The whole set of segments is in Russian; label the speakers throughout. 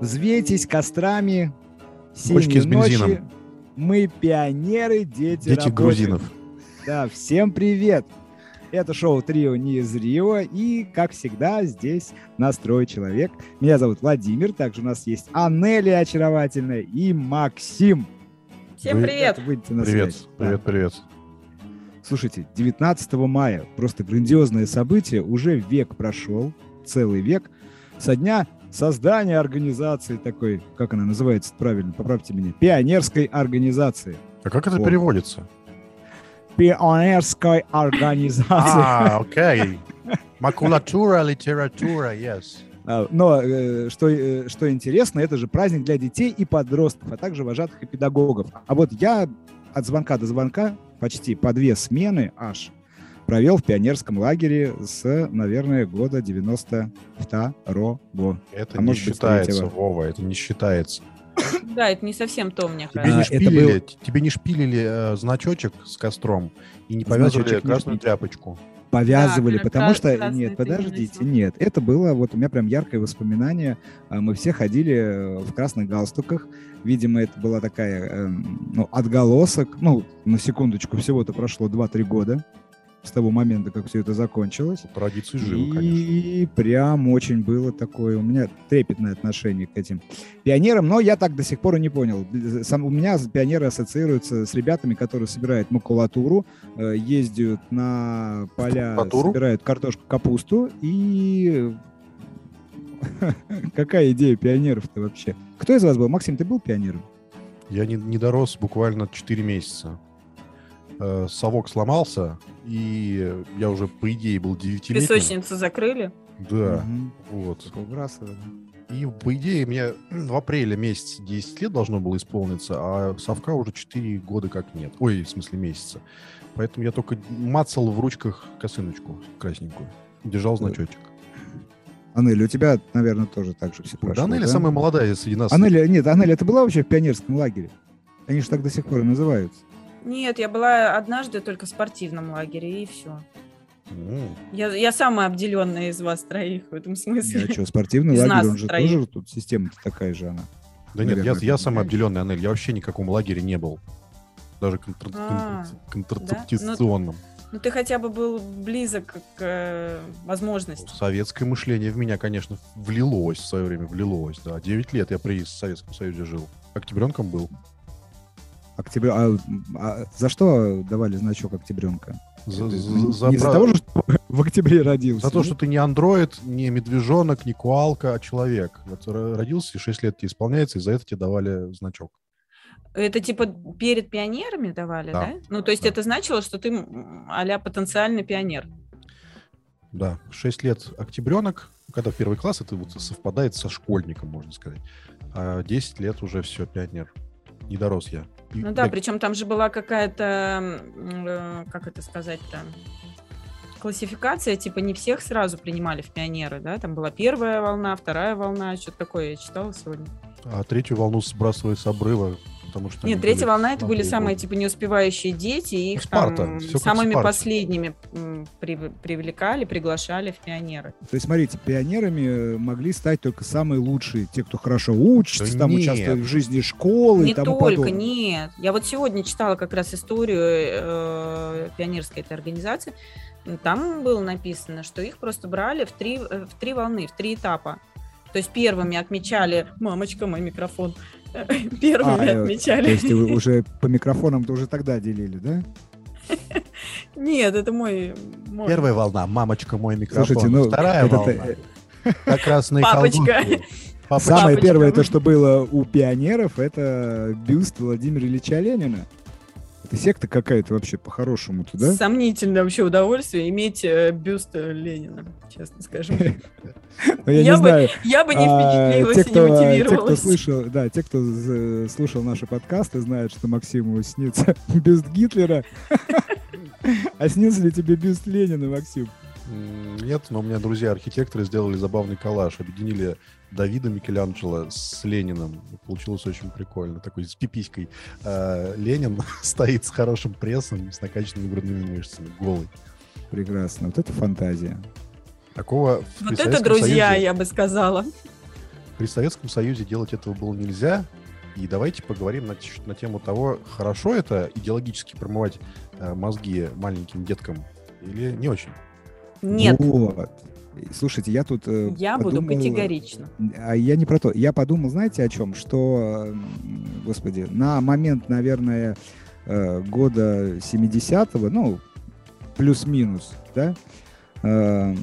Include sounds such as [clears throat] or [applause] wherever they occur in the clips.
Speaker 1: Взвейтесь кострами. синей
Speaker 2: Бочки с бензином.
Speaker 1: ночи. Мы пионеры, дети,
Speaker 2: Дети
Speaker 1: работы.
Speaker 2: грузинов.
Speaker 1: Да, всем привет. Это шоу «Трио не из Рио», и, как всегда, здесь нас трое человек. Меня зовут Владимир, также у нас есть Анелия очаровательная и Максим.
Speaker 3: Всем
Speaker 2: Вы-
Speaker 3: привет!
Speaker 1: Ребята, выйдите на
Speaker 2: Привет,
Speaker 1: связь. Да.
Speaker 2: привет, привет.
Speaker 1: Слушайте, 19 мая просто грандиозное событие. Уже век прошел, целый век, со дня создания организации такой, как она называется правильно, поправьте меня, пионерской организации.
Speaker 2: А как это
Speaker 1: Вот.
Speaker 2: переводится?
Speaker 1: Пионерской [laughs] организации.
Speaker 2: [laughs] [laughs] А, окей. Макулатура, литература, yes.
Speaker 1: А, Но э, что, э, что интересно, это же праздник для детей и подростков, а также вожатых и педагогов. А вот я от звонка до звонка почти по две смены аж провел в пионерском лагере с, наверное, года 92-го.
Speaker 2: Это
Speaker 1: А
Speaker 2: не
Speaker 1: может быть,
Speaker 2: считается,
Speaker 1: третьего.
Speaker 2: Вова, это не считается.
Speaker 3: Да, это не совсем то, мне
Speaker 2: Тебе
Speaker 1: А,
Speaker 3: кажется.
Speaker 2: не
Speaker 1: это
Speaker 2: шпилили, тебе не шпилили э, значочек с костром и не повязывали
Speaker 1: Значочек не
Speaker 2: красную
Speaker 1: шпилили.
Speaker 2: тряпочку.
Speaker 1: Повязывали,
Speaker 3: Да, кра-
Speaker 1: потому что...
Speaker 3: красный
Speaker 1: Нет,
Speaker 3: ты не
Speaker 1: подождите,
Speaker 3: носил.
Speaker 1: нет. Это было, вот у меня прям яркое воспоминание. А, Мы все ходили э, в красных галстуках. Видимо, это была такая, эм, ну, отголосок. Ну, на секундочку, всего-то прошло 2-3 года с того момента, как все это закончилось.
Speaker 2: Традиции живы, конечно.
Speaker 1: И прям очень было такое, у меня трепетное отношение к этим пионерам, но я так до сих пор и не понял. Сам, у меня пионеры ассоциируются с ребятами, которые собирают макулатуру, э, ездят на поля,
Speaker 2: Макулатуру?
Speaker 1: собирают картошку, капусту и... [laughs] Какая идея пионеров-то вообще? Кто из вас был? Максим, ты был пионером?
Speaker 2: Я не, не дорос буквально 4 месяца. Э, совок сломался, и я уже, по идее, был 9
Speaker 3: Песочницу закрыли.
Speaker 2: Да,
Speaker 1: Мгм.
Speaker 2: вот.
Speaker 1: Сколько выбрасывали?
Speaker 2: И, по идее, мне в апреле месяце 10 лет должно было исполниться, а совка уже 4 года как нет. Ой, в смысле месяца. Поэтому я только мацал в ручках косыночку красненькую. Держал значочек.
Speaker 1: Анель, у тебя, наверное, тоже так же все прошло,
Speaker 2: Данелли
Speaker 1: да?
Speaker 2: самая молодая среди нас.
Speaker 1: Анеля, нет, Анеля, ты была вообще в пионерском лагере? Они же так до сих пор и называются.
Speaker 3: Нет, я была однажды только в спортивном лагере, и все.
Speaker 2: М,
Speaker 3: Я, я самая обделенная из вас троих в этом
Speaker 1: Не,
Speaker 3: смысле.
Speaker 1: а что, спортивный
Speaker 3: Из нас
Speaker 1: лагерь, он же
Speaker 3: троих.
Speaker 1: тоже тут система такая же она.
Speaker 2: Да нет, я,
Speaker 1: Наверное,
Speaker 2: я
Speaker 1: это
Speaker 2: самый обделенный Анель. Я вообще ни в каком лагере не был. Даже контр-
Speaker 3: А,
Speaker 2: контр- контрацептационном.
Speaker 3: [laughs] Ну ты хотя бы был близок к э, возможности.
Speaker 2: Советское мышление в меня, конечно, влилось в свое время, влилось, да. 9 лет я при Советском Союзе жил. Октябренком был.
Speaker 1: Октября... а, а за что давали значок октябренка?
Speaker 2: За,
Speaker 1: Это
Speaker 2: за-
Speaker 1: не-
Speaker 2: за
Speaker 1: не из-за
Speaker 2: прав-
Speaker 1: того, же, что в октябре родился.
Speaker 2: За то, что ты не андроид, не медвежонок, не куалка, а человек. Вот ро- родился, и 6 лет тебе исполняется, и за это тебе давали значок.
Speaker 3: Это типа перед пионерами давали,
Speaker 2: Да.
Speaker 3: да? Ну то есть
Speaker 2: Да.
Speaker 3: это значило, что ты м, а-ля потенциальный пионер.
Speaker 2: Да, 6 лет октябренок, когда в первый класс, это вот совпадает со школьником, можно сказать. А 10 лет уже все, пионер. Не дорос я. И
Speaker 3: Ну да,
Speaker 2: я-
Speaker 3: причем там же была какая-то, м, э, как это сказать-то, классификация, типа не всех сразу принимали в пионеры, да? Там была первая волна, вторая волна, что-то такое я читала сегодня.
Speaker 2: А третью волну сбрасывали с обрыва, потому что...
Speaker 3: Нет,
Speaker 2: они
Speaker 3: третья
Speaker 2: были
Speaker 3: волна это
Speaker 2: на
Speaker 3: были
Speaker 2: полгода.
Speaker 3: самые типа не успевающие дети, и их
Speaker 2: Спарта,
Speaker 3: там
Speaker 2: всё как
Speaker 3: самыми
Speaker 2: Спарта.
Speaker 3: последними м, прив- привлекали, приглашали в пионеры.
Speaker 1: То есть, смотрите, пионерами э, могли стать только самые лучшие, те, кто хорошо учится,
Speaker 2: Да
Speaker 1: там
Speaker 2: нет.
Speaker 1: участвует в жизни школы
Speaker 3: не
Speaker 1: и тому
Speaker 3: только,
Speaker 1: подобное.
Speaker 3: нет. Я вот сегодня читала как раз историю э, пионерской этой организации. Там было написано, что их просто брали в три, э, в три волны, в три этапа. То есть первыми отмечали... Мамочка, мой микрофон. [laughs] Первыми
Speaker 1: А, э,
Speaker 3: отмечали...
Speaker 1: То есть вы уже по микрофонам то уже тогда делили, да?
Speaker 3: [laughs] Нет, это мой... мой.
Speaker 2: Первая волна, мамочка, мой микрофон.
Speaker 1: Слушайте, ну,
Speaker 2: Вторая
Speaker 1: это-
Speaker 2: волна. Как красные
Speaker 3: Папочка. [laughs]
Speaker 2: колготки.
Speaker 3: А
Speaker 2: Папочка.
Speaker 1: Самое
Speaker 3: Папочка.
Speaker 1: первое, то, что было у пионеров, это бюст Владимира Ильича Ленина. Это секта какая-то вообще по-хорошему-то, да?
Speaker 3: Сомнительное вообще удовольствие иметь э, бюст э, Ленина,
Speaker 1: [laughs]
Speaker 3: честно скажем.
Speaker 1: Ну, я,
Speaker 3: Я
Speaker 1: не
Speaker 3: бы [laughs]
Speaker 1: знаю.
Speaker 3: Я бы не
Speaker 1: а, те,
Speaker 3: впечатлилась и не
Speaker 1: кто, те, кто
Speaker 3: мотивировалась.
Speaker 1: слышал, да, те, кто з- слушал наши подкасты, знают, что Максиму снится [laughs] бюст Гитлера. [laughs] А снился ли тебе бюст Ленина, Максим?
Speaker 2: М, Нет, но у меня друзья-архитекторы сделали забавный коллаж. Объединили Давида Микеланджело с Лениным. И получилось очень прикольно. Такой с пиписькой. Э, Ленин [laughs] стоит с хорошим прессом, с накачанными грудными мышцами, голый.
Speaker 1: Прекрасно, вот это фантазия.
Speaker 2: Такого в- при
Speaker 3: Вот это
Speaker 2: Советском
Speaker 3: друзья,
Speaker 2: Союзе
Speaker 3: я бы сказала.
Speaker 2: При Советском Союзе делать этого было нельзя. И давайте поговорим на, ч- на тему того, хорошо это идеологически промывать э, мозги маленьким деткам или не очень.
Speaker 3: Нет,
Speaker 1: Вот. И, Слушайте, я тут э,
Speaker 3: я буду
Speaker 1: подумал,
Speaker 3: категорично.
Speaker 1: А я не про то. Я подумал, знаете, о чем? Что, м, господи, на момент, наверное, э, года 70-го, ну, плюс-минус, да? Э,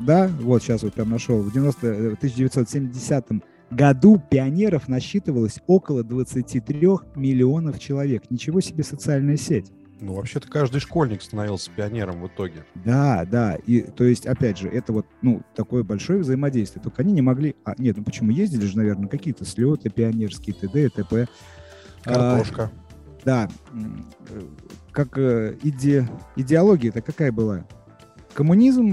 Speaker 1: Да, вот сейчас вот прям нашел. В 90, э, в 1970 году пионеров насчитывалось около 23 миллионов человек. Ничего себе социальная сеть.
Speaker 2: Ну, вообще-то каждый школьник становился пионером в итоге.
Speaker 1: Да, да. И, то есть, опять же, это вот, ну, такое большое взаимодействие. Только они не могли... а, нет, ну почему? Ездили же, наверное, какие-то слеты пионерские, т.д. и т.п. А,
Speaker 2: Картошка.
Speaker 1: да. М, э, Как э, иде... идеология-то какая была? Коммунизм?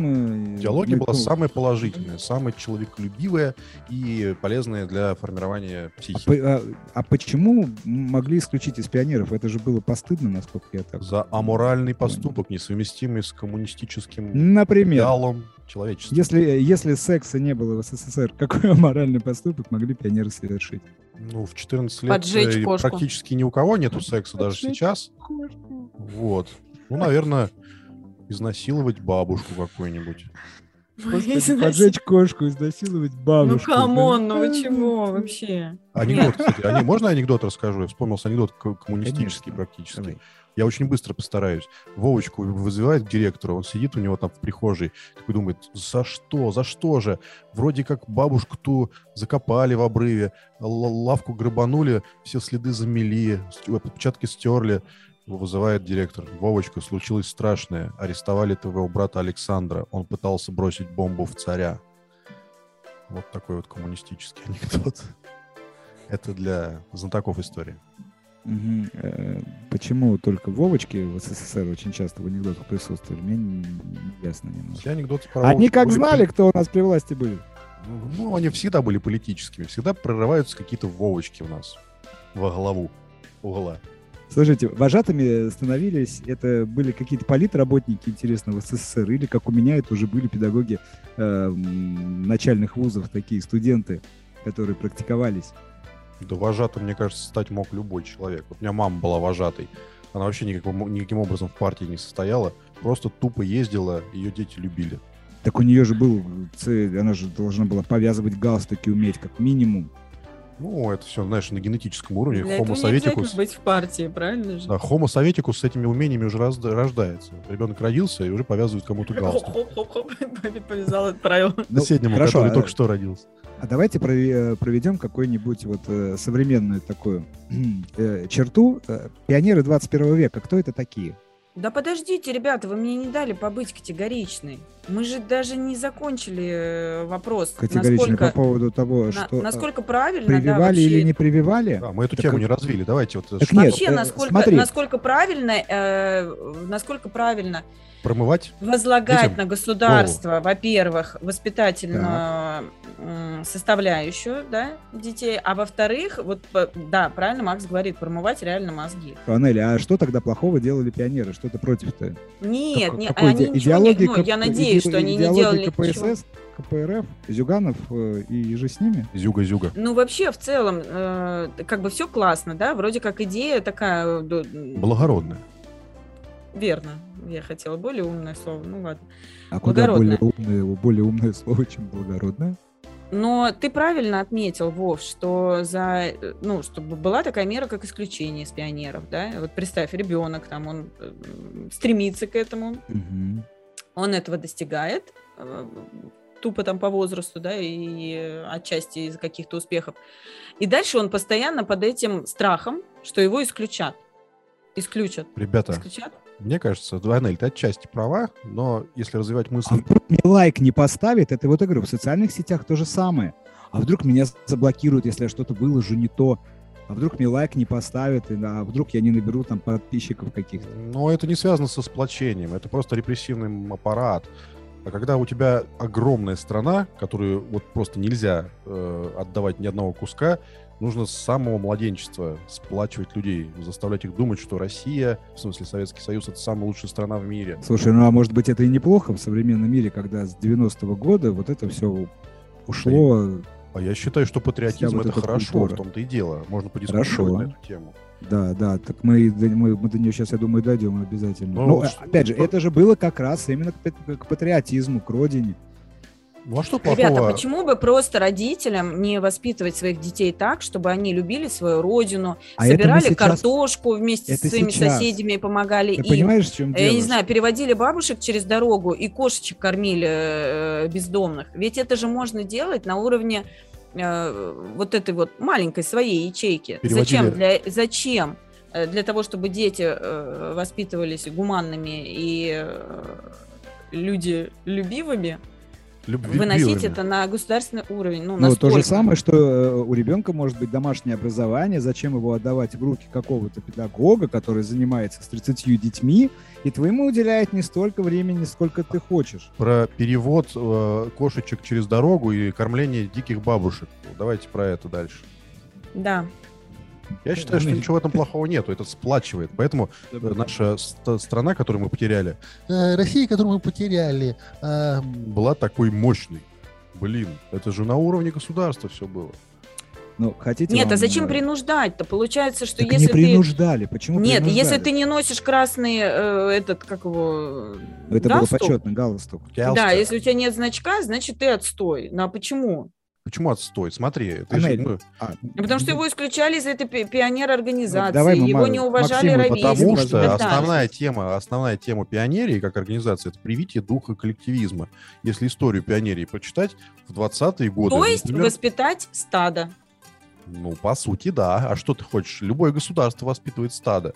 Speaker 1: э,
Speaker 2: Идеология
Speaker 1: ну,
Speaker 2: была
Speaker 1: ну,
Speaker 2: самая положительная, самая человеколюбивая и полезная для формирования
Speaker 1: А,
Speaker 2: психики.
Speaker 1: по- а- а почему могли исключить из пионеров? Это же было постыдно, насколько я так...
Speaker 2: За аморальный поступок, несовместимый с коммунистическим
Speaker 1: Например,
Speaker 2: идеалом человечества.
Speaker 1: если, если секса не было в СССР, [laughs] какой аморальный поступок могли пионеры совершить?
Speaker 2: Ну, в 14 лет
Speaker 3: Поджечь
Speaker 2: э,
Speaker 3: кошку.
Speaker 2: практически ни у кого нету секса даже
Speaker 1: Поджечь
Speaker 2: сейчас. Вот. Ну, наверное, изнасиловать бабушку какую-нибудь.
Speaker 3: А
Speaker 1: Господи, поджечь кошку, изнасиловать
Speaker 3: Ну
Speaker 1: бабушку.
Speaker 3: камон, ну
Speaker 1: Да.
Speaker 3: вы чего вообще?
Speaker 2: Анекдот, кстати. Ани- можно анекдот расскажу? Я вспомнился анекдот к- коммунистический
Speaker 1: Конечно.
Speaker 2: практически.
Speaker 1: Давай.
Speaker 2: Я очень быстро постараюсь. Вовочку вызывает к директору, он сидит у него там в прихожей, такой думает, за что, за что же? Вроде как бабушку ту закопали в обрыве, л- лавку грабанули, все следы замели, ст- ой, отпечатки стерли. Его Вызывает директор. Вовочка, случилось страшное. Арестовали твоего брата Александра. Он пытался бросить бомбу в царя. Вот такой вот коммунистический [laughs] анекдот. Это для знатоков истории.
Speaker 1: Мгм. Э, Почему только Вовочки в СССР очень часто в анекдотах присутствовали, мне не не ясно немножко.
Speaker 2: Все анекдоты про
Speaker 1: Они
Speaker 2: Вовочку
Speaker 1: как
Speaker 2: были
Speaker 1: знали, кто у нас при власти был.
Speaker 2: Ну, они всегда были политическими. Всегда прорываются какие-то вовочки у нас во главу угла.
Speaker 1: Слушайте, вожатыми становились, это были какие-то политработники, интересно, в СССР, или, как у меня, это уже были педагоги э, м, начальных вузов, такие студенты, которые практиковались.
Speaker 2: Да вожатым, мне кажется, стать мог любой человек. Вот у меня мама была вожатой. Она вообще никаким, никаким образом в партии не состояла. Просто тупо ездила, ее дети любили.
Speaker 1: Так у нее же был э, цель, она же должна была повязывать галстуки, уметь как минимум.
Speaker 2: Ну, это все, знаешь, на генетическом уровне.
Speaker 3: Для
Speaker 2: Homo
Speaker 3: этого не обязательно
Speaker 2: советикус.
Speaker 3: быть в партии, правильно же?
Speaker 2: Да, Homo советикус с этими умениями уже раз- рождается. Ребенок родился и уже повязывает кому-то галстук.
Speaker 3: Хоп-хоп-хоп, [laughs] повязал, отправил.
Speaker 1: Ну,
Speaker 2: Соседнему,
Speaker 1: хорошо,
Speaker 2: который
Speaker 1: а-
Speaker 2: только что родился.
Speaker 1: А давайте прове- проведем какую-нибудь вот э, современную такую [clears throat] э, черту. Э, Пионеры 21 века, кто это такие?
Speaker 3: Да подождите, ребята, вы мне не дали побыть категоричной. Мы же даже не закончили э, вопрос,
Speaker 1: Категорично по
Speaker 3: насколько,
Speaker 1: поводу того,
Speaker 3: на-
Speaker 1: что э,
Speaker 3: насколько правильно, да,
Speaker 1: прививали
Speaker 3: вообще
Speaker 1: или не прививали.
Speaker 2: Да, мы эту
Speaker 1: Так
Speaker 2: тему
Speaker 1: как-
Speaker 2: не развили. Давайте вот
Speaker 1: Так
Speaker 2: что
Speaker 1: нет,
Speaker 3: Вообще,
Speaker 1: э,
Speaker 3: насколько,
Speaker 1: смотри.
Speaker 3: насколько правильно, э, насколько правильно
Speaker 2: промывать.
Speaker 3: возлагать
Speaker 2: Детям
Speaker 3: на государство, во-первых, воспитательную м, составляющую, да, детей, а во-вторых, вот, п- да, правильно Макс говорит, промывать реально мозги.
Speaker 1: Анель, а что тогда плохого делали пионеры? Что-то против-то?
Speaker 3: Нет,
Speaker 1: Как-
Speaker 3: не,
Speaker 1: какой
Speaker 3: они
Speaker 1: иде-
Speaker 3: ничего не-
Speaker 1: идеологии
Speaker 3: ну,
Speaker 1: К-
Speaker 3: я надеюсь,
Speaker 1: иде-
Speaker 3: что они не
Speaker 1: идеологии
Speaker 3: делали ничего.
Speaker 1: КПСС, КПРФ, Зюганов э, и же с ними.
Speaker 2: Зюга-зюга.
Speaker 3: Ну, вообще, в целом, э, как бы все классно, да? Вроде как идея такая... э, д-
Speaker 2: Благородная.
Speaker 3: Верно. Я хотела более умное слово, ну ладно.
Speaker 1: А куда более
Speaker 3: Благородное.
Speaker 1: умное, более умное слово, чем благородное?
Speaker 3: Но ты правильно отметил, Вов, что за, э, ну, чтобы была такая мера, как исключение из пионеров, да? Вот представь, ребенок там, он э, стремится к этому,
Speaker 1: Мгм.
Speaker 3: он этого достигает, э, тупо там по возрасту, да, и э, отчасти из-за каких-то успехов. И дальше он постоянно под этим страхом, что его исключат. Исключат.
Speaker 2: Ребята,
Speaker 3: Исключат?
Speaker 2: мне кажется, Дуанель, ты отчасти права, но если развивать
Speaker 1: А
Speaker 2: мысль...
Speaker 1: вдруг мне лайк не поставит, это вот я говорю, в социальных сетях то же самое. А вдруг меня заблокируют, если я что-то выложу не то? А вдруг мне лайк не поставят, и, а вдруг я не наберу там подписчиков каких-то?
Speaker 2: Но это не связано со сплочением, это просто репрессивный м- аппарат. А когда у тебя огромная страна, которую вот просто нельзя э, отдавать ни одного куска, нужно с самого младенчества сплачивать людей, заставлять их думать, что Россия, в смысле Советский Союз, это самая лучшая страна в мире.
Speaker 1: Слушай, ну а может быть это и неплохо в современном мире, когда с 90-го года вот это все ушло
Speaker 2: А я считаю, что патриотизм
Speaker 1: вот
Speaker 2: это
Speaker 1: эта
Speaker 2: хорошо,
Speaker 1: культура.
Speaker 2: в том-то и дело. Можно подискутировать
Speaker 1: Хорошо.
Speaker 2: на эту тему.
Speaker 1: Да, да, так мы, до- мы, мы до нее сейчас, я думаю, дойдем обязательно.
Speaker 2: Ну,
Speaker 1: Ну,
Speaker 2: вот
Speaker 1: э,
Speaker 2: что-
Speaker 1: опять же,
Speaker 2: ну,
Speaker 1: это же было как раз именно к, пат- к патриотизму, к родине.
Speaker 2: Ну а что плохого?
Speaker 3: Ребята, а почему бы просто родителям не воспитывать своих детей так, чтобы они любили свою родину,
Speaker 1: А это мы
Speaker 3: собирали
Speaker 1: сейчас-
Speaker 3: картошку вместе со
Speaker 1: это
Speaker 3: своими
Speaker 1: сейчас.
Speaker 3: соседями и помогали
Speaker 1: Ты
Speaker 3: им?
Speaker 1: понимаешь, в чем
Speaker 3: Э,
Speaker 1: дело?
Speaker 3: Я не знаю, переводили бабушек через дорогу и кошечек кормили э, бездомных. Ведь это же можно делать на уровне э, вот этой вот маленькой своей ячейки. Зачем? Для, зачем? Э, Для того, чтобы дети э, воспитывались гуманными и э, люди любивыми,
Speaker 2: Любви
Speaker 3: выносить
Speaker 2: белыми.
Speaker 3: это на государственный уровень. Ну,
Speaker 1: Ну, то же
Speaker 3: насколько?
Speaker 1: самое, что э, у ребенка может быть домашнее образование, зачем его отдавать в руки какого-то педагога, который занимается с 30 детьми, и твоему уделяет не столько времени, сколько ты хочешь.
Speaker 2: Про перевод э, кошечек через дорогу и кормление диких бабушек. Ну, Давайте про это дальше.
Speaker 3: Да.
Speaker 2: Я считаю, что ничего в этом плохого нету. Это сплачивает. Поэтому э, наша ст- страна, которую мы потеряли, э, Россия, которую мы потеряли, э, была такой мощной. Блин, это же на уровне государства все было.
Speaker 1: Ну, хотите
Speaker 3: Нет,
Speaker 1: вам,
Speaker 3: а зачем
Speaker 1: э,
Speaker 3: принуждать-то? Получается, что
Speaker 1: так
Speaker 3: если
Speaker 1: не
Speaker 3: ты...
Speaker 1: принуждали. Почему
Speaker 3: Нет, если
Speaker 1: принуждали?
Speaker 3: ты не носишь красный э, этот, как его, э,
Speaker 1: Это
Speaker 3: галстук,
Speaker 1: было почетно, галстук.
Speaker 3: Да, если у тебя нет значка, значит ты отстой. Ну а почему?
Speaker 2: Почему отстой? Смотри, ты
Speaker 1: Анель,
Speaker 2: же, ну,
Speaker 1: А,
Speaker 3: Потому что его исключали из этой пи- пионер-организации,
Speaker 1: Ну, давай мы
Speaker 3: его
Speaker 1: Ма-
Speaker 3: не уважали
Speaker 1: Максиму
Speaker 3: ровесники.
Speaker 2: Потому
Speaker 1: Есть,
Speaker 2: что
Speaker 1: да.
Speaker 2: основная тема, основная тема пионерии как организации это привитие духа коллективизма. Если историю пионерии почитать, в 20-е годы,
Speaker 3: То есть
Speaker 2: например,
Speaker 3: воспитать стадо.
Speaker 2: ну, по сути, да. А что ты хочешь? Любое государство воспитывает стадо.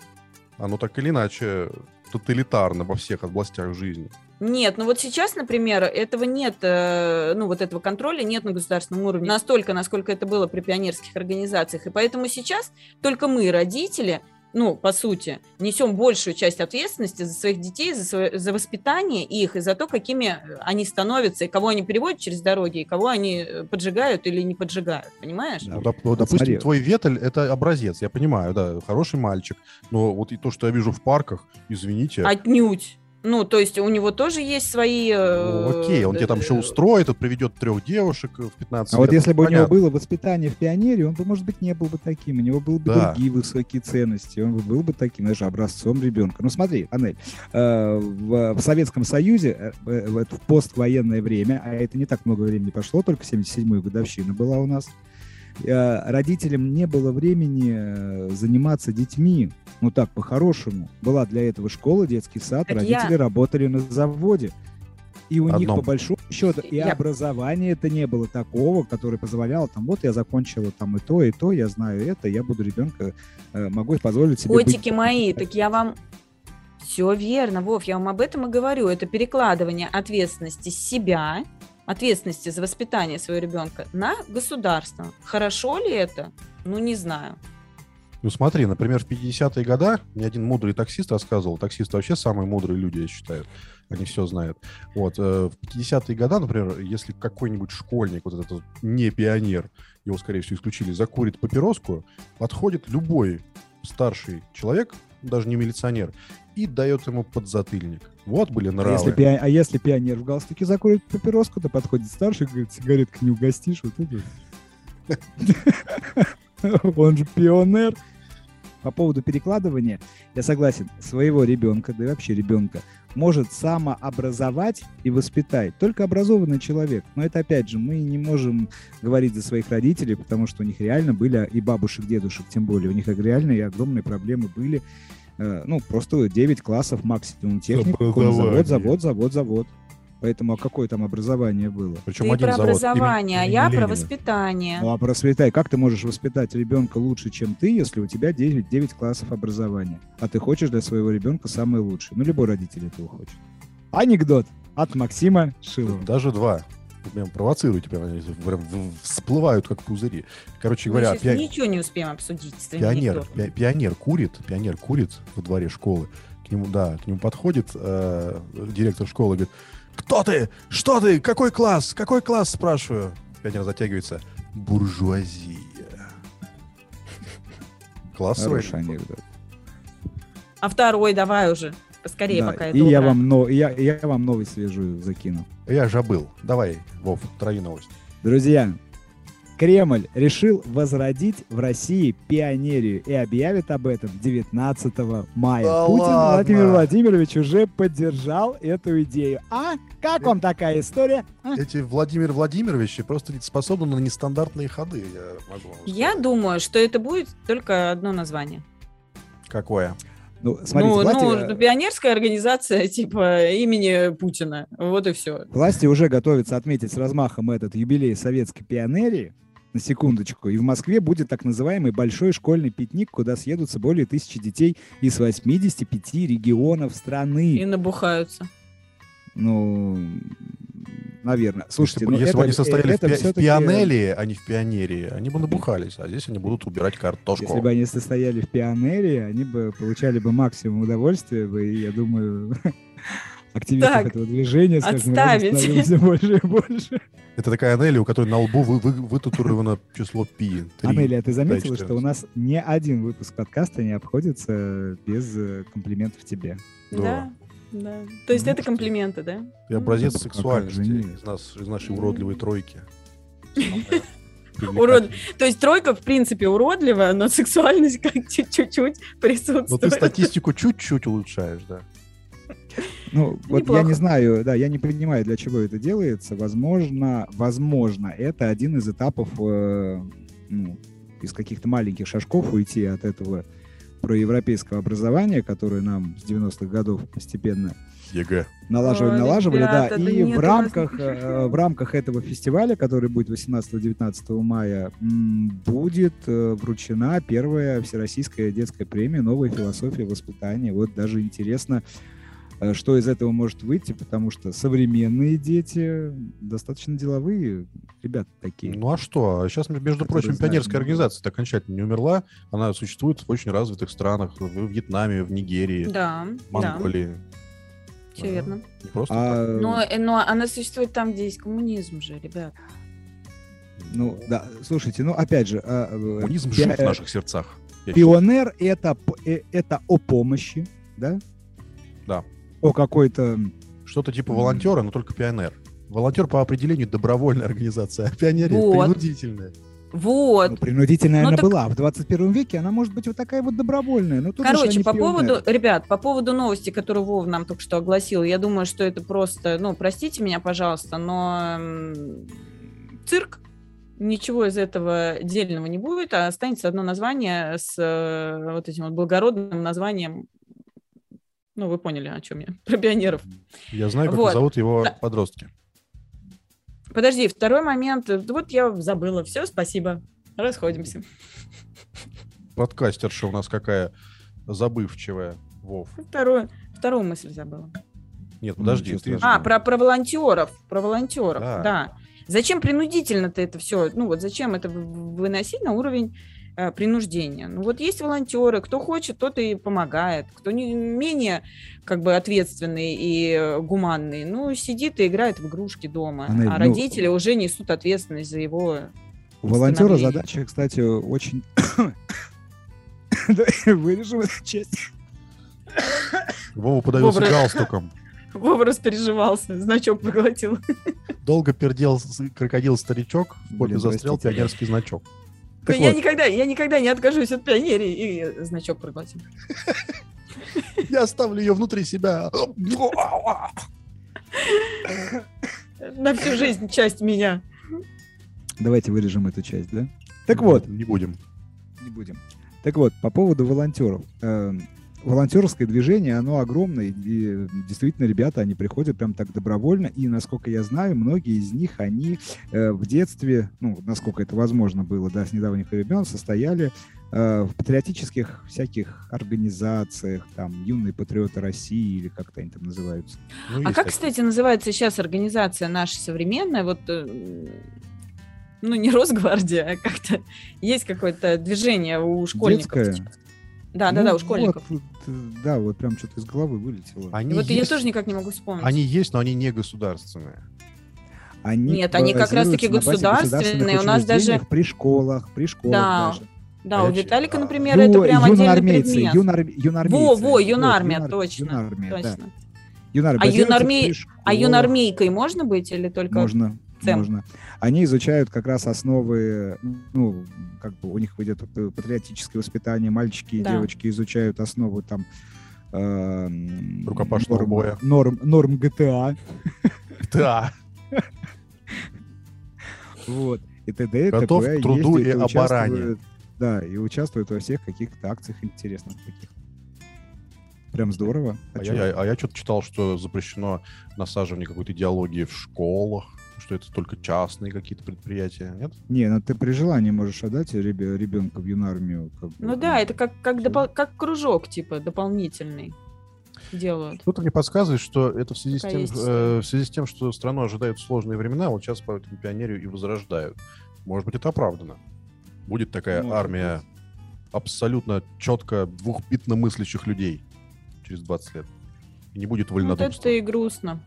Speaker 2: Оно так или иначе тоталитарно во всех областях жизни.
Speaker 3: Нет, ну вот сейчас, например, этого нет, э, ну вот этого контроля нет на государственном уровне настолько, насколько это было при пионерских организациях. И поэтому сейчас только мы, родители, ну, по сути, несем большую часть ответственности за своих детей, за, свое- за воспитание их и за то, какими они становятся, и кого они переводят через дороги, и кого они э, поджигают или не поджигают, понимаешь?
Speaker 1: Да.
Speaker 2: Ну, доп- ну,
Speaker 1: Вот
Speaker 2: допустим,
Speaker 1: смотри.
Speaker 2: твой Ветель это образец, я понимаю, да, хороший мальчик. Но вот и то, что я вижу в парках, извините.
Speaker 3: А, Отнюдь. Ну, то есть у него тоже есть свои... э,
Speaker 2: ну, окей, он тебе там еще
Speaker 3: э,
Speaker 2: устроит, он приведет трех девушек э, в 15
Speaker 1: А вот
Speaker 2: лет,
Speaker 1: если бы у
Speaker 2: понятно.
Speaker 1: него было воспитание в пионере, он бы, может быть, не был бы таким. У него были бы
Speaker 2: Да.
Speaker 1: другие высокие ценности. Он бы был бы таким, знаешь, образцом ребенка. Ну смотри, Анель, э, в, в Советском Союзе э, э, вот в поствоенное время, а это не так много времени пошло, только 77-ю годовщина была у нас, э, родителям не было времени э, заниматься детьми, ну так, по-хорошему. Была для этого школа, детский сад,
Speaker 3: Так я-
Speaker 1: родители работали на заводе. И у них
Speaker 2: Одном.
Speaker 1: по большому счету и
Speaker 3: Я-
Speaker 1: образования это не было такого, которое позволяло там, вот я закончила там и то, и то, я знаю это, я буду ребенка, э, могу позволить себе быть
Speaker 3: Котики
Speaker 1: таким.
Speaker 3: мои, так я вам... Все верно, Вов, я вам об этом и говорю. Это перекладывание ответственности с себя, ответственности за воспитание своего ребенка на государство. Хорошо ли это? Ну, не знаю.
Speaker 2: Ну смотри, например, в 50-е годы мне один мудрый таксист рассказывал, таксисты вообще самые мудрые люди, я считаю, они все знают. Вот, э, в 50-е годы, например, если какой-нибудь школьник, вот этот вот не пионер, его, скорее всего, исключили, закурит папироску, подходит любой старший человек, даже не милиционер, и дает ему подзатыльник. Вот были
Speaker 1: А
Speaker 2: нравы.
Speaker 1: если, пиа- а если пионер в галстуке закурит папироску, то подходит старший и говорит, сигаретка не угостишь, вот это. [laughs] Он же пионер. По поводу перекладывания, я согласен, своего ребенка, да и вообще ребенка, может самообразовать и воспитать только образованный человек. Но это, опять же, мы не можем говорить за своих родителей, потому что у них реально были и бабушек, дедушек, тем более, у них реально и огромные проблемы были. Э, Ну, просто 9 классов максимум техник,
Speaker 2: Образование.
Speaker 1: завод, завод, завод, завод. Поэтому а какое там образование было?
Speaker 2: Причем
Speaker 3: Ты
Speaker 2: один
Speaker 3: про
Speaker 2: завод
Speaker 3: образование, а
Speaker 2: имени-
Speaker 3: я
Speaker 2: имени
Speaker 3: про
Speaker 2: Ленина.
Speaker 3: воспитание.
Speaker 1: Ну а просветай, как ты можешь воспитать ребенка лучше, чем ты, если у тебя 9, 9 классов образования, а ты хочешь для своего ребенка самое лучшее? Ну, любой родитель этого хочет. Анекдот от Максима Шилова.
Speaker 2: Даже два. Вы Прям провоцирую тебя, они прям в- всплывают как пузыри. Короче
Speaker 3: Мы
Speaker 2: говоря,
Speaker 3: щас
Speaker 2: опять...
Speaker 3: ничего не успеем обсудить. с твоим
Speaker 2: Пионер,
Speaker 3: Виктором.
Speaker 2: пи- пионер курит, пионер курит во дворе школы. К нему, да, к нему подходит э, директор школы, говорит, кто ты? Что ты? Какой класс? Какой класс? Спрашиваю. Пионер затягивается. Буржуазия. Классовый.
Speaker 1: Хороший анекдот.
Speaker 3: А второй давай уже, поскорее,
Speaker 1: Да,
Speaker 3: пока это
Speaker 1: и я
Speaker 3: утро.
Speaker 1: вам, но, и я, и я вам новость свежую закину.
Speaker 2: Я забыл. Давай, Вов, трави новость.
Speaker 1: Друзья, Кремль решил возродить в России пионерию и объявит об этом 19 мая.
Speaker 2: Да
Speaker 1: Путин
Speaker 2: ладно?
Speaker 1: Владимир Владимирович уже поддержал эту идею. А как вам такая история? А?
Speaker 2: Эти Владимир Владимировичи просто не способны на нестандартные ходы, я могу вам
Speaker 3: Я
Speaker 2: сказать.
Speaker 3: думаю, что это будет только одно название.
Speaker 2: Какое?
Speaker 1: Ну, смотрите,
Speaker 3: ну,
Speaker 1: власти,
Speaker 3: ну, пионерская организация типа имени Путина. Вот и все.
Speaker 1: власти уже готовятся отметить с размахом этот юбилей советской пионерии. На секундочку. И в Москве будет так называемый большой школьный пикник, куда съедутся более тысячи детей из 85 регионов страны.
Speaker 3: И набухаются.
Speaker 1: Ну, наверное. Слушайте,
Speaker 2: если бы-
Speaker 1: ну,
Speaker 2: если бы
Speaker 1: это-
Speaker 2: они состояли
Speaker 1: это
Speaker 2: в, пи- в
Speaker 1: всё-таки-
Speaker 2: пионерии, а не в пионерии, они бы набухались, а здесь они будут убирать картошку.
Speaker 1: Если бы они состояли в пионерии, они бы получали бы максимум удовольствия, бы, и я думаю, [laughs] активистов
Speaker 3: Так,
Speaker 1: этого движения, скажем, рядом
Speaker 3: отставить.
Speaker 1: становилось все больше и больше.
Speaker 2: Это такая Анелия, у которой на лбу вы- вы- вытатуировано число пи. три.
Speaker 1: Анелия, ты заметила,
Speaker 2: четырнадцать.
Speaker 1: что у нас ни один выпуск подкаста не обходится без э, комплиментов тебе?
Speaker 2: Да.
Speaker 3: Да. да. То есть
Speaker 2: Ну,
Speaker 3: это
Speaker 2: что?
Speaker 3: комплименты, да?
Speaker 2: И образец
Speaker 1: Да, а как
Speaker 2: сексуальности
Speaker 1: же нет.
Speaker 2: из, нас, из нашей уродливой тройки.
Speaker 3: Урод- То есть тройка, в принципе, уродлива, но сексуальность как [laughs] чуть-чуть
Speaker 2: Но Ну, ты
Speaker 3: присутствует.
Speaker 2: статистику чуть-чуть улучшаешь, да.
Speaker 1: Ну, вот я
Speaker 3: Неплохо.
Speaker 1: не знаю, да, я не понимаю, для чего это делается. Возможно, возможно, это один из этапов э, ну, из каких-то маленьких шажков уйти от этого проевропейского образования, которое нам с 90-х годов постепенно
Speaker 2: ЕГЭ.
Speaker 1: налаживали,
Speaker 3: Ой,
Speaker 1: налаживали,
Speaker 3: ребята,
Speaker 1: да.
Speaker 3: да
Speaker 1: И
Speaker 3: нет
Speaker 1: в
Speaker 3: у
Speaker 1: рамках
Speaker 3: вас-
Speaker 1: э, в рамках этого фестиваля, который будет 18-19 мая, м, будет э, вручена первая всероссийская детская премия "Новая философия воспитания". Вот даже интересно, э, что из этого может выйти, потому что современные дети достаточно деловые ребята такие.
Speaker 2: Ну а что? Сейчас, между
Speaker 1: Хотя бы
Speaker 2: прочим,
Speaker 1: знаем,
Speaker 2: пионерская
Speaker 1: да.
Speaker 2: организация окончательно не умерла. Она существует в очень развитых странах. В Вьетнаме, в Нигерии,
Speaker 3: Да,
Speaker 2: в
Speaker 3: да,
Speaker 2: Монголии.
Speaker 3: все верно.
Speaker 2: Не просто
Speaker 1: А,
Speaker 3: Но, э, но она существует там, где есть коммунизм же,
Speaker 2: так.
Speaker 3: ребят.
Speaker 1: ну да, слушайте, ну опять же, а, э,
Speaker 2: Коммунизм
Speaker 1: пи-
Speaker 2: жив в
Speaker 1: э,
Speaker 2: наших сердцах. Я считаю.
Speaker 1: Пионер это, п- э, это о помощи, да?
Speaker 2: Да.
Speaker 1: О какой-то
Speaker 2: Что-то типа волонтера, но только пионер. Волонтер по определению добровольная организация, а пионерия
Speaker 3: Вот.
Speaker 2: принудительная.
Speaker 3: Вот.
Speaker 1: Ну, принудительная
Speaker 3: Ну,
Speaker 1: она
Speaker 3: так-
Speaker 1: была. В 21 веке она может быть вот такая вот добровольная. Но тут уж
Speaker 3: Короче,
Speaker 1: они
Speaker 3: по
Speaker 1: пионеры.
Speaker 3: поводу, ребят, по поводу новости, которую Вов нам только что огласил, я думаю, что это просто, ну, простите меня, пожалуйста, но м, цирк, ничего из этого дельного не будет, а останется одно название с э, вот этим вот благородным названием, ну, вы поняли, о чем я, [laughs] про пионеров.
Speaker 2: Я знаю, как
Speaker 3: Вот. А.
Speaker 2: зовут его
Speaker 3: Да.
Speaker 2: подростки.
Speaker 3: Подожди, второй момент, вот я забыла, все, спасибо, расходимся.
Speaker 2: Подкастерша у нас какая забывчивая. Вов.
Speaker 3: Вторую, вторую мысль забыла.
Speaker 2: Нет,
Speaker 1: Ну,
Speaker 2: подожди.
Speaker 1: ничего
Speaker 2: ты-
Speaker 1: страшного.
Speaker 3: А, про, про волонтеров, про волонтеров,
Speaker 2: Да.
Speaker 3: да. Зачем принудительно-то это все? Ну вот зачем это в- выносить на уровень э, принуждения? Ну вот есть волонтеры, кто хочет, тот и помогает, кто не менее как бы ответственный и э, гуманный, ну сидит и играет в игрушки дома,
Speaker 1: Анель,
Speaker 3: а
Speaker 1: ну-
Speaker 3: родители уже несут ответственность за его.
Speaker 1: У волонтера
Speaker 3: восстановления.
Speaker 1: задача, кстати, очень... [coughs] Давай Вырежем эту часть.
Speaker 2: Вова подавился
Speaker 3: Вовремя.
Speaker 2: галстуком.
Speaker 3: Вова распереживался, значок поглотил.
Speaker 2: Долго пердел с- крокодил-старичок, в поле
Speaker 1: Блин,
Speaker 2: застрял
Speaker 1: простите.
Speaker 2: пионерский значок.
Speaker 1: Так
Speaker 3: я
Speaker 1: вот.
Speaker 3: никогда, я никогда не откажусь от пионерии и значок проглотил.
Speaker 2: Я оставлю ее внутри себя.
Speaker 3: На всю жизнь часть меня.
Speaker 1: Давайте вырежем эту часть, да? Так вот,
Speaker 2: Не будем.
Speaker 1: не будем. Так вот, по поводу волонтеров. Эм, Волонтерское движение, оно огромное, и действительно, ребята, они приходят прям так добровольно, и, насколько я знаю, многие из них, они э, в детстве, ну, насколько это возможно было, да, с недавних времен, состояли э, в патриотических всяких организациях, там, «Юные патриоты России» или как-то они там называются.
Speaker 2: Ну,
Speaker 3: А
Speaker 2: есть
Speaker 3: как,
Speaker 2: такие.
Speaker 3: кстати, называется сейчас организация наша современная? Вот, э, ну, не Росгвардия, а как-то есть какое-то движение у школьников.
Speaker 1: Детское?
Speaker 3: Да, да, да,
Speaker 1: Ну,
Speaker 3: А, у школьников.
Speaker 1: вот, э, да, вот прям что-то из головы вылетело.
Speaker 2: Они
Speaker 3: И вот я
Speaker 2: есть,
Speaker 3: тоже никак не могу вспомнить.
Speaker 2: они есть, но они не государственные. [laughs]
Speaker 1: Они
Speaker 3: Нет, они как раз-таки
Speaker 1: базируются на базе
Speaker 3: государственные,
Speaker 1: государственных
Speaker 3: у нас даже-
Speaker 1: учреждениях, При школах, при школах
Speaker 3: Да,
Speaker 1: даже.
Speaker 3: Да, у
Speaker 2: горячие,
Speaker 3: Виталика,
Speaker 2: да.
Speaker 3: например, это
Speaker 1: Ю-
Speaker 3: прям отдельный
Speaker 1: юнармейцы,
Speaker 3: предмет.
Speaker 1: юнар- юнармейцы.
Speaker 3: Во, во,
Speaker 1: Вот,
Speaker 3: юнармия,
Speaker 1: юнар-
Speaker 3: точно,
Speaker 1: Юнармия, да.
Speaker 3: Точно.
Speaker 1: Юнармия
Speaker 3: А
Speaker 1: базируется
Speaker 3: юнармей-
Speaker 1: при
Speaker 3: А
Speaker 1: школах.
Speaker 3: юнармейкой можно быть или только
Speaker 1: Можно.
Speaker 3: Сэм.
Speaker 1: можно. Они изучают как раз основы, ну, как бы у них идет э, патриотическое воспитание, мальчики и
Speaker 3: Да.
Speaker 1: девочки изучают основы там эм,
Speaker 2: Рукопашного
Speaker 1: норм-
Speaker 2: боя.
Speaker 1: Норм, норм а, GTA,
Speaker 2: Да.
Speaker 1: вот, и т.д. и
Speaker 2: Готов
Speaker 1: т.п.
Speaker 2: к труду
Speaker 1: ездят
Speaker 2: и обаранию.
Speaker 1: участвуют, Да, и участвуют во всех каких-то акциях интересных таких. Прям здорово. А
Speaker 2: А
Speaker 1: чё?
Speaker 2: я, что-то читал, что запрещено насаживание какой-то идеологии в школах, что это только частные какие-то предприятия, нет?
Speaker 1: Не, ну ты при желании можешь отдать ребе- ребенка в юнармию. Как бы,
Speaker 3: Ну да, это как, как,
Speaker 1: всё.
Speaker 3: допол- как кружок, типа, дополнительный делают.
Speaker 2: Кто-то мне подсказывает, что это в связи, с
Speaker 3: Такая
Speaker 2: тем,
Speaker 3: есть
Speaker 2: э, в связи с тем, что страну ожидают сложные времена, а вот сейчас по этому пионерию и возрождают. Может быть, это оправдано. Будет такая
Speaker 1: Может
Speaker 2: армия абсолютно четко двухбитно мыслящих людей через 20 лет. И не будет
Speaker 3: Ну, Вот
Speaker 2: вольнодумства.
Speaker 3: это и грустно.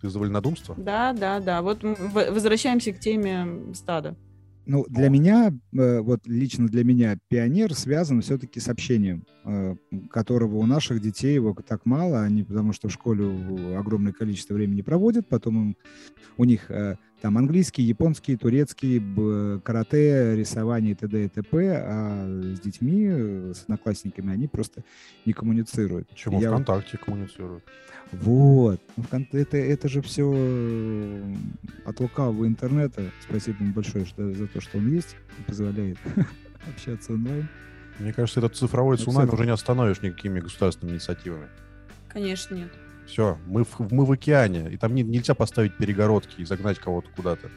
Speaker 2: Ты за вольнодумство?
Speaker 3: Да, да, да. Вот м, в- возвращаемся к теме стада.
Speaker 1: Ну, для меня, э, вот лично для меня, пионер связан все-таки с общением, э, которого у наших детей его так мало, они потому что в школе у- огромное количество времени проводят, потом им- у них э, там английский, японский, турецкий, б- карате, рисование и т.д. и т.п., а с детьми, э, с одноклассниками они просто не коммуницируют.
Speaker 2: Почему
Speaker 1: Я вот-
Speaker 2: ВКонтакте коммуницируют?
Speaker 1: Вот. Ну, вкон- Это, это же все от лукавого интернета. Спасибо ему большое что- за то, что он есть и позволяет [laughs] общаться онлайн.
Speaker 2: Мне кажется, этот цифровой
Speaker 1: Ну,
Speaker 2: цунами
Speaker 1: кстати.
Speaker 2: уже не остановишь никакими государственными инициативами.
Speaker 3: Конечно, нет.
Speaker 2: Все, мы в, мы в океане, и там не- нельзя поставить перегородки и загнать кого-то куда-то.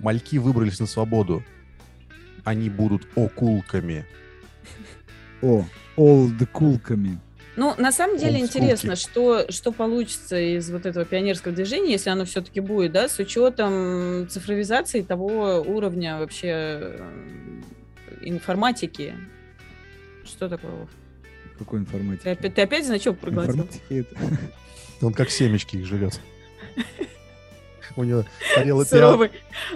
Speaker 2: Мальки выбрались на свободу. Они будут окулками.
Speaker 1: О, олдкулками.
Speaker 3: Ну, на самом деле
Speaker 2: Олдскулки.
Speaker 3: интересно, что, что получится из вот этого пионерского движения, если оно все-таки будет, да, с учетом цифровизации того уровня вообще э, информатики. Что такое? Вов?
Speaker 1: В какой
Speaker 3: Ты
Speaker 1: информатике?
Speaker 3: опять, ты опять значок проглотил?
Speaker 1: Информатики [laughs] это...
Speaker 2: Он как семечки их жрет. У него тарелка
Speaker 3: Суровый.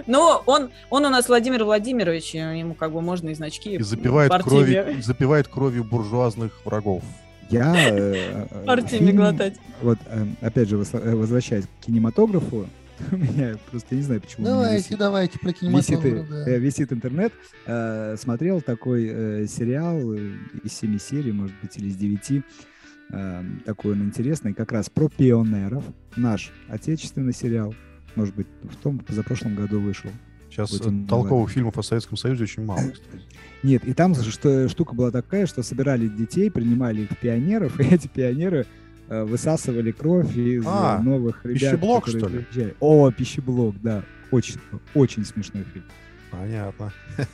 Speaker 3: Но он, он у нас Владимир Владимирович, и ему как бы можно и значки.
Speaker 2: и запивает
Speaker 3: партиями-
Speaker 2: кровью, и запивает кровью буржуазных врагов.
Speaker 1: Я... э, э,
Speaker 3: партиями
Speaker 1: фильм-
Speaker 3: глотать.
Speaker 1: Вот, э, опять же, восла- э, возвращаясь к кинематографу, [laughs] у меня просто я не знаю, почему у меня висит
Speaker 2: давайте, про
Speaker 1: висит, и- э, висит интернет. Э, Смотрел такой э, сериал э, из семи серий, может быть, или из девяти. Э, Такой он интересный, как раз про пионеров. Наш отечественный сериал, может быть, в том позапрошлом году вышел.
Speaker 2: Сейчас
Speaker 1: Вот
Speaker 2: э,
Speaker 1: он
Speaker 2: толковых фильмов о Советском Союзе очень [clears throat] мало. кстати.
Speaker 1: Нет, и там же что, штука была такая, что собирали детей, принимали их в пионеров, [laughs] и эти пионеры э, высасывали кровь из э,
Speaker 2: А,
Speaker 1: новых ребят.
Speaker 2: «Пищеблок»,
Speaker 1: которые
Speaker 2: что ли?
Speaker 1: приезжали. О, пищеблок, да. Очень, очень смешной фильм.
Speaker 2: Понятно. [laughs]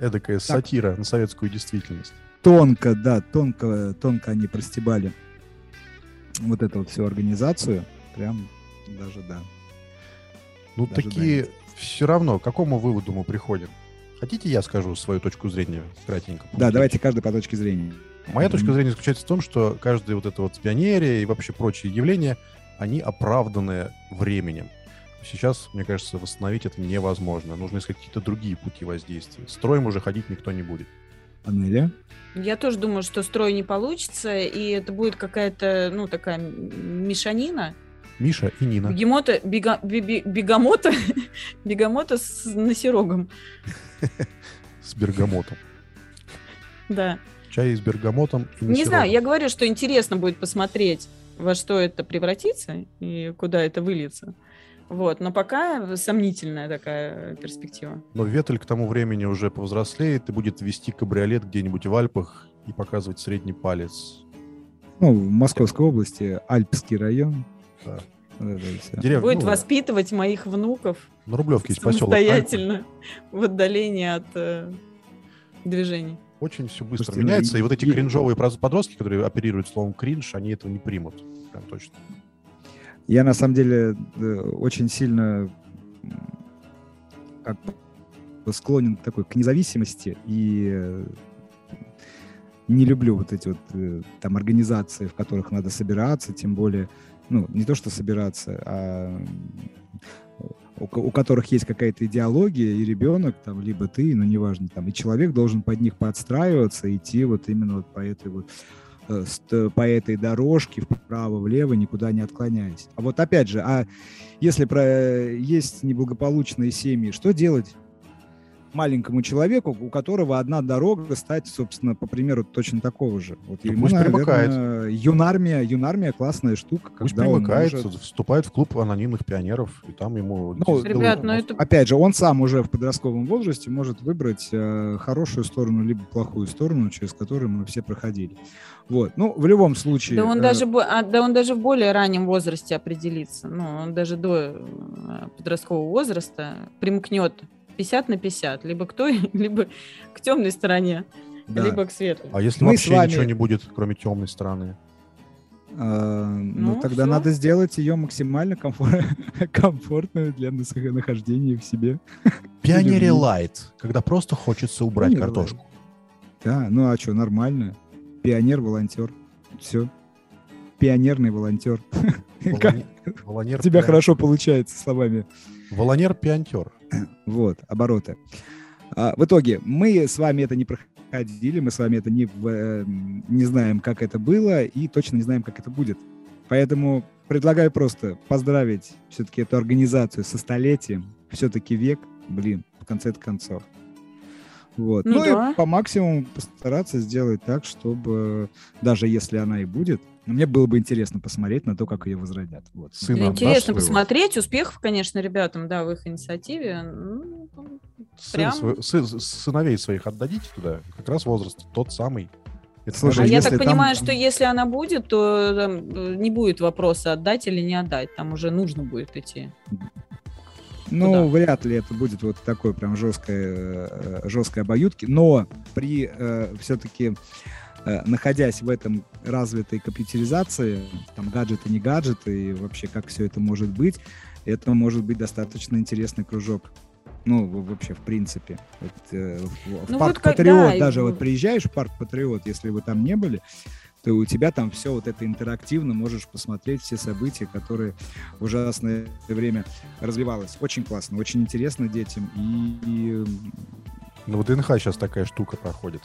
Speaker 2: Эдакая сатира на советскую действительность.
Speaker 1: тонко, да, тонко, тонко они простебали вот эту вот всю организацию. Прям даже, да.
Speaker 2: Ну,
Speaker 1: Даже
Speaker 2: такие
Speaker 1: давить.
Speaker 2: все равно, к какому выводу мы приходим? Хотите, я скажу свою точку зрения кратенько?
Speaker 1: Да, давайте каждый по точке зрения.
Speaker 2: Моя точка
Speaker 1: Мгм.
Speaker 2: зрения заключается в том, что каждая вот эта вот пионерия и вообще прочие явления, они оправданы временем. Сейчас, мне кажется, восстановить это невозможно. Нужно искать какие-то другие пути воздействия. Строим уже ходить никто не будет.
Speaker 1: Анеля?
Speaker 3: Я тоже думаю, что строй не получится, и это будет какая-то, ну, такая м- мешанина.
Speaker 2: Миша и Нина.
Speaker 3: Бегемота, бега- бе- бе- [laughs] бегемота, бегемота с носорогом,
Speaker 2: С бергамотом.
Speaker 3: да.
Speaker 2: Чай с бергамотом и
Speaker 3: Не знаю,
Speaker 2: носорогом.
Speaker 3: я говорю, что интересно будет посмотреть, во что это превратится и куда это выльется. Вот, но пока сомнительная такая перспектива.
Speaker 2: Но Ветель к тому времени уже повзрослеет и будет вести кабриолет где-нибудь в Альпах и показывать средний палец.
Speaker 1: Ну, в Московской области, Альпский район.
Speaker 2: Да.
Speaker 1: Вот это всё.
Speaker 2: Деревня,
Speaker 3: Будет
Speaker 2: ну,
Speaker 3: воспитывать моих внуков
Speaker 2: На Рублевке есть поселок. Альпы.
Speaker 3: самостоятельно [laughs] в отдалении от э, движений.
Speaker 2: Очень все быстро
Speaker 1: Слушайте, ну,
Speaker 2: меняется. И вот эти
Speaker 1: е-
Speaker 2: кринжовые проз- подростки, которые оперируют словом кринж, они этого не примут. Прям точно.
Speaker 1: Я на самом деле э, очень сильно м, как бы склонен к такой к независимости и э, не люблю вот эти вот э, там организации, в которых надо собираться, тем более, ну, не то что собираться, а м, у, ко- у которых есть какая-то идеология, и ребенок, там, либо ты, ну, неважно, там, и человек должен под них подстраиваться, идти вот именно вот по этой вот по этой дорожке вправо-влево, никуда не отклоняясь. А вот опять же, а если про есть неблагополучные семьи, что делать? маленькому человеку, у которого одна дорога стать, собственно, по примеру, точно такого же. Вот
Speaker 2: Ну, пусть примыкает.
Speaker 1: наверное, Э, юнармия, юнармия классная штука,
Speaker 2: Пусть
Speaker 1: когда он
Speaker 2: примыкает,
Speaker 1: может-
Speaker 2: вступает в клуб анонимных пионеров, и там ему...
Speaker 1: Ну,
Speaker 3: Ребят,
Speaker 2: а
Speaker 3: ну это
Speaker 1: Опять же, он сам уже в подростковом возрасте может выбрать э, хорошую сторону либо плохую сторону, через которую мы все проходили. Вот. Ну, в любом случае.
Speaker 3: Да он,
Speaker 1: э,
Speaker 3: даже, бо- а, да он даже в более раннем возрасте определится. Ну, он даже до э, подросткового возраста примкнет 50 на 50. Либо к той, [laughs] либо к темной стороне,
Speaker 1: да. э,
Speaker 3: либо к светлой.
Speaker 2: А если
Speaker 1: мы с
Speaker 2: вообще
Speaker 1: вами-
Speaker 2: ничего не будет, кроме темной стороны?
Speaker 1: Э, ну,
Speaker 3: Ну,
Speaker 1: тогда
Speaker 3: всё.
Speaker 1: надо сделать ее максимально комфор- [laughs] комфортную для нас- нахождения в себе.
Speaker 2: Пионере
Speaker 1: Люблю.
Speaker 2: лайт, когда просто хочется убрать
Speaker 1: Пионер
Speaker 2: картошку.
Speaker 1: Ну, Да, ну а что, нормально. Пионер-волонтер. Все. Пионерный волонтер. [laughs] Как
Speaker 2: Волонер, волонер
Speaker 1: у тебя
Speaker 2: пион-
Speaker 1: хорошо получается словами.
Speaker 2: Волонер-пионтер.
Speaker 1: Вот, обороты. А, В итоге, мы с вами это не проходили, мы с вами это не, в- э, не знаем, как это было, и точно не знаем, как это будет. Поэтому предлагаю просто поздравить все-таки эту организацию со столетием. Все-таки век, блин, в конце концов. Вот.
Speaker 3: Ну
Speaker 1: Ну,
Speaker 3: да.
Speaker 1: и по максимуму постараться сделать так, чтобы, даже если она и будет, ну, мне было бы интересно посмотреть на то, как ее возродят. Вот.
Speaker 2: Сын
Speaker 3: Ну,
Speaker 2: отдашь
Speaker 3: Интересно
Speaker 2: своего?
Speaker 3: посмотреть. Успехов, конечно, ребятам, да, в их инициативе. Ну,
Speaker 2: Сын
Speaker 3: Прям?
Speaker 2: свой- сы- с- сыновей своих отдадите туда. Как раз возраст тот самый. Это
Speaker 1: Слушай,
Speaker 3: а
Speaker 2: даже
Speaker 3: я
Speaker 1: если
Speaker 3: так
Speaker 1: там-
Speaker 3: понимаю, что если она будет, то там, э, не будет вопроса, отдать или не отдать. Там уже нужно будет идти.
Speaker 1: Ну,
Speaker 3: Куда?
Speaker 1: вряд ли это будет вот такое прям жесткое, э, жесткое обоюдки, но при все-таки находясь в этом развитой компьютеризации, там гаджеты, не гаджеты, и вообще как все это может быть, это может быть достаточно интересный кружок. Ну, в- вообще, в принципе. Вот, э, в- в
Speaker 3: Ну,
Speaker 1: парк
Speaker 3: вот как-
Speaker 1: Патриот
Speaker 3: да, и-
Speaker 1: даже, вот приезжаешь в парк Патриот, если вы там не были, то у тебя там все вот это интерактивно, можешь посмотреть все события, которые в ужасное время развивалось. Очень классно, очень интересно детям. И, и, м,
Speaker 2: На ВДНХ сейчас такая штука проходит.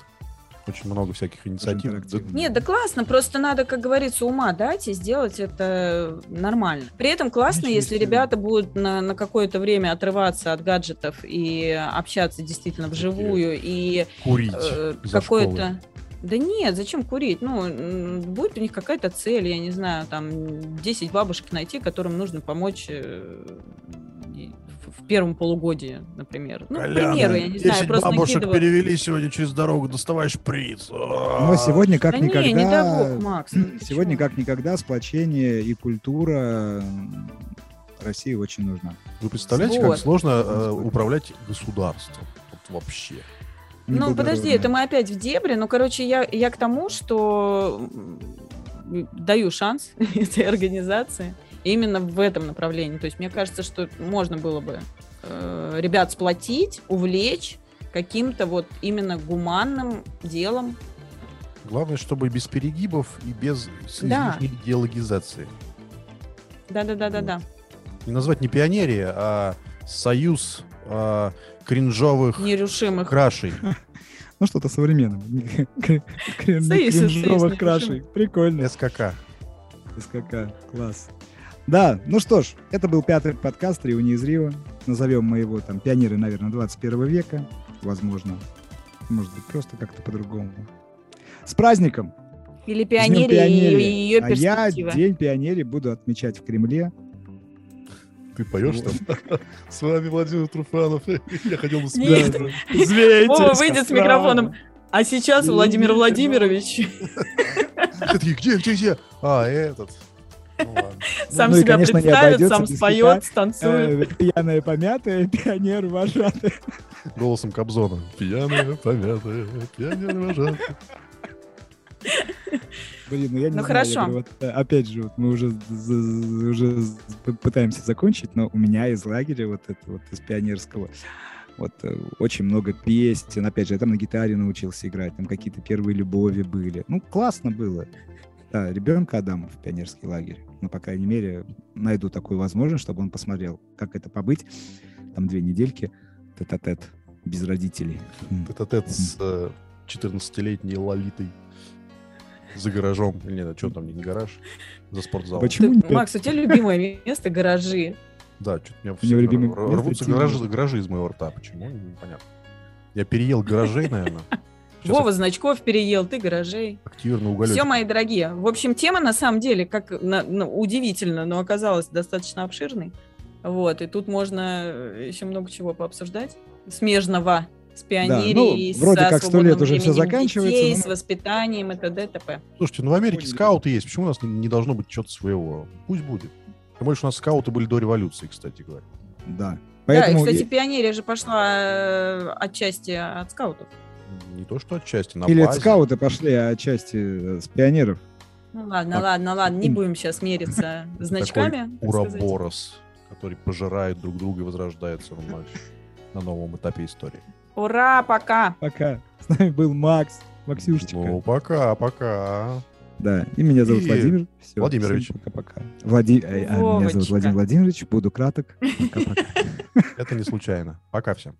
Speaker 2: Очень много всяких инициатив.
Speaker 1: интерактивно.
Speaker 3: Нет, да классно, просто надо, как говорится, ума дать и сделать это нормально. При этом классно,
Speaker 1: Ничего
Speaker 3: если
Speaker 1: себе.
Speaker 3: ребята будут на, на какое-то время отрываться от гаджетов и общаться действительно вживую и
Speaker 2: Курить
Speaker 3: э,
Speaker 2: за школой.
Speaker 3: какое-то... Да нет, зачем курить? Ну, м, будет у них какая-то цель, я не знаю, там 10 бабушек найти, которым нужно помочь э, и в- в первом полугодии, например. Ну, к
Speaker 2: Колян,
Speaker 3: примеру, я не знаю,
Speaker 2: 10
Speaker 3: просто
Speaker 2: бабушек
Speaker 3: накидываю.
Speaker 2: перевели сегодня через дорогу, А. доставай шприц. Ну,
Speaker 1: Но ну, а сегодня как
Speaker 3: Да не,
Speaker 1: никогда...
Speaker 3: не дай бог, Макс. ну ты
Speaker 1: Сегодня
Speaker 3: чего?
Speaker 1: как никогда сплочение и культура м, России очень нужна.
Speaker 2: Вы представляете, как
Speaker 3: Вот.
Speaker 2: сложно э, управлять государством? Вот вообще.
Speaker 3: Ну,
Speaker 1: Неблагородно.
Speaker 3: подожди, это мы опять в дебре. Ну, короче, я, я к тому, что м, даю шанс [laughs] этой организации именно в этом направлении. То есть мне кажется, что можно было бы э, ребят сплотить, увлечь каким-то вот именно гуманным делом.
Speaker 2: Главное, чтобы без перегибов и без с-
Speaker 3: Да.
Speaker 2: излишней идеологизации.
Speaker 3: Да-да-да-да-да.
Speaker 2: Не назвать не пионерия, а союз а, кринжовых
Speaker 3: Нерушимых.
Speaker 2: крашей.
Speaker 1: Ну, что-то современное. [laughs] Крин-
Speaker 3: Союз,
Speaker 1: Кринжовых
Speaker 3: союз,
Speaker 1: крашей. Прикольно.
Speaker 2: СКК.
Speaker 1: СКК. Класс. Да, ну что ж, это был пятый подкаст «Реуни из Рио». Назовем мы его там «Пионеры, наверное, 21 века». Возможно. Может быть, просто как-то по-другому. С праздником!
Speaker 3: Или
Speaker 1: С Днем
Speaker 3: пионерии
Speaker 1: пионерии.
Speaker 3: и ее
Speaker 1: а я
Speaker 3: перспективы.
Speaker 1: День пионерии буду отмечать в
Speaker 3: [laughs]
Speaker 1: Кремле.
Speaker 2: Ты поешь там? С вами Владимир Труфанов. Я хотел бы
Speaker 3: Нет.
Speaker 2: смеяться. Зверь
Speaker 3: Вова
Speaker 2: из
Speaker 3: выйдет с
Speaker 2: костра.
Speaker 3: микрофоном. А сейчас, Владимир Владимирович, [laughs]
Speaker 2: Все такие, где, где, где? А, этот. Ну ладно.
Speaker 3: сам
Speaker 1: Ну и,
Speaker 3: себя
Speaker 1: конечно, не
Speaker 3: представит,
Speaker 1: обойдется
Speaker 3: сам
Speaker 1: без
Speaker 3: споет,
Speaker 1: Э,
Speaker 3: станцует.
Speaker 1: Пьяная помятая, [laughs] пионер вожатый.
Speaker 2: Голосом Кобзона. Пьяная, помятая, пьяная, вожатая.
Speaker 1: Блин, ну я не знаю.
Speaker 3: Ну,
Speaker 1: я
Speaker 3: хорошо.
Speaker 1: говорю, вот, э, опять же, вот мы уже, з- з- уже з- п- пытаемся закончить, но у меня из лагеря, вот это вот из пионерского, вот э, очень много песен. Опять же, я там на гитаре научился играть, там какие-то первые любови были. Ну, классно было. Да, ребенка отдам в пионерский лагерь. Ну, по крайней мере, найду такую возможность, чтобы он посмотрел, как это побыть. Там две недельки тет-а-тет, без Хм. родителей. М.
Speaker 2: тет с э, 14-летней Лолитой. За гаражом. Или нет, а что там, не гараж? За спортзал.
Speaker 1: Почему
Speaker 3: Ты-
Speaker 1: нет?
Speaker 3: Макс, у тебя любимое место гаражи.
Speaker 2: Да, что-то меня
Speaker 1: меня
Speaker 2: всё
Speaker 1: любимый
Speaker 2: р-
Speaker 1: место
Speaker 2: рвутся
Speaker 1: тигр.
Speaker 2: гаражи, гаражи из моего рта. Почему? Непонятно. Я переел гаражей, наверное. Сейчас
Speaker 3: Вова значков переел, ты гаражей.
Speaker 2: активированный уголек.
Speaker 3: Все, мои дорогие. В общем, тема на самом деле, как на- ну, удивительно, но оказалась достаточно обширной. Вот, и тут можно еще много чего пообсуждать. Смежного с пионерией,
Speaker 1: ну, вроде
Speaker 3: со
Speaker 1: как 100
Speaker 3: свободным
Speaker 1: лет уже всё
Speaker 3: временем
Speaker 1: заканчивается,
Speaker 3: детей,
Speaker 1: но-
Speaker 3: с воспитанием и т.д. и т.п.
Speaker 2: Слушайте, ну в Америке
Speaker 1: Поняли.
Speaker 2: скауты есть. Почему у нас не, не должно быть чего-то своего? Пусть будет. Тем более, что у нас скауты были до революции, кстати говоря.
Speaker 1: Да. Поэтому
Speaker 3: да, и, кстати,
Speaker 1: и-
Speaker 3: пионерия же пошла э, отчасти от скаутов.
Speaker 2: Не то, что отчасти, на
Speaker 1: или от
Speaker 2: базе.
Speaker 1: скауты пошли, а отчасти э, с пионеров.
Speaker 3: Ну ладно,
Speaker 1: Так.
Speaker 3: ладно, ладно, не
Speaker 1: Ум.
Speaker 3: будем
Speaker 1: [laughs]
Speaker 3: сейчас мериться значками. так сказать.
Speaker 2: Ураборос, который пожирает друг друга и возрождается вновь на новом этапе истории.
Speaker 3: Ура, пока!
Speaker 1: Пока. С нами был Макс, Максюшечка.
Speaker 2: Ну, пока, пока.
Speaker 1: Да, и меня зовут
Speaker 2: И
Speaker 1: Владимир. Всё,
Speaker 2: Владимирович.
Speaker 1: всем Пока-пока. Влади... э, а, меня зовут
Speaker 3: Вовочка.
Speaker 1: Владимир Владимирович, буду краток. Пока-пока.
Speaker 2: Это не случайно. Пока всем.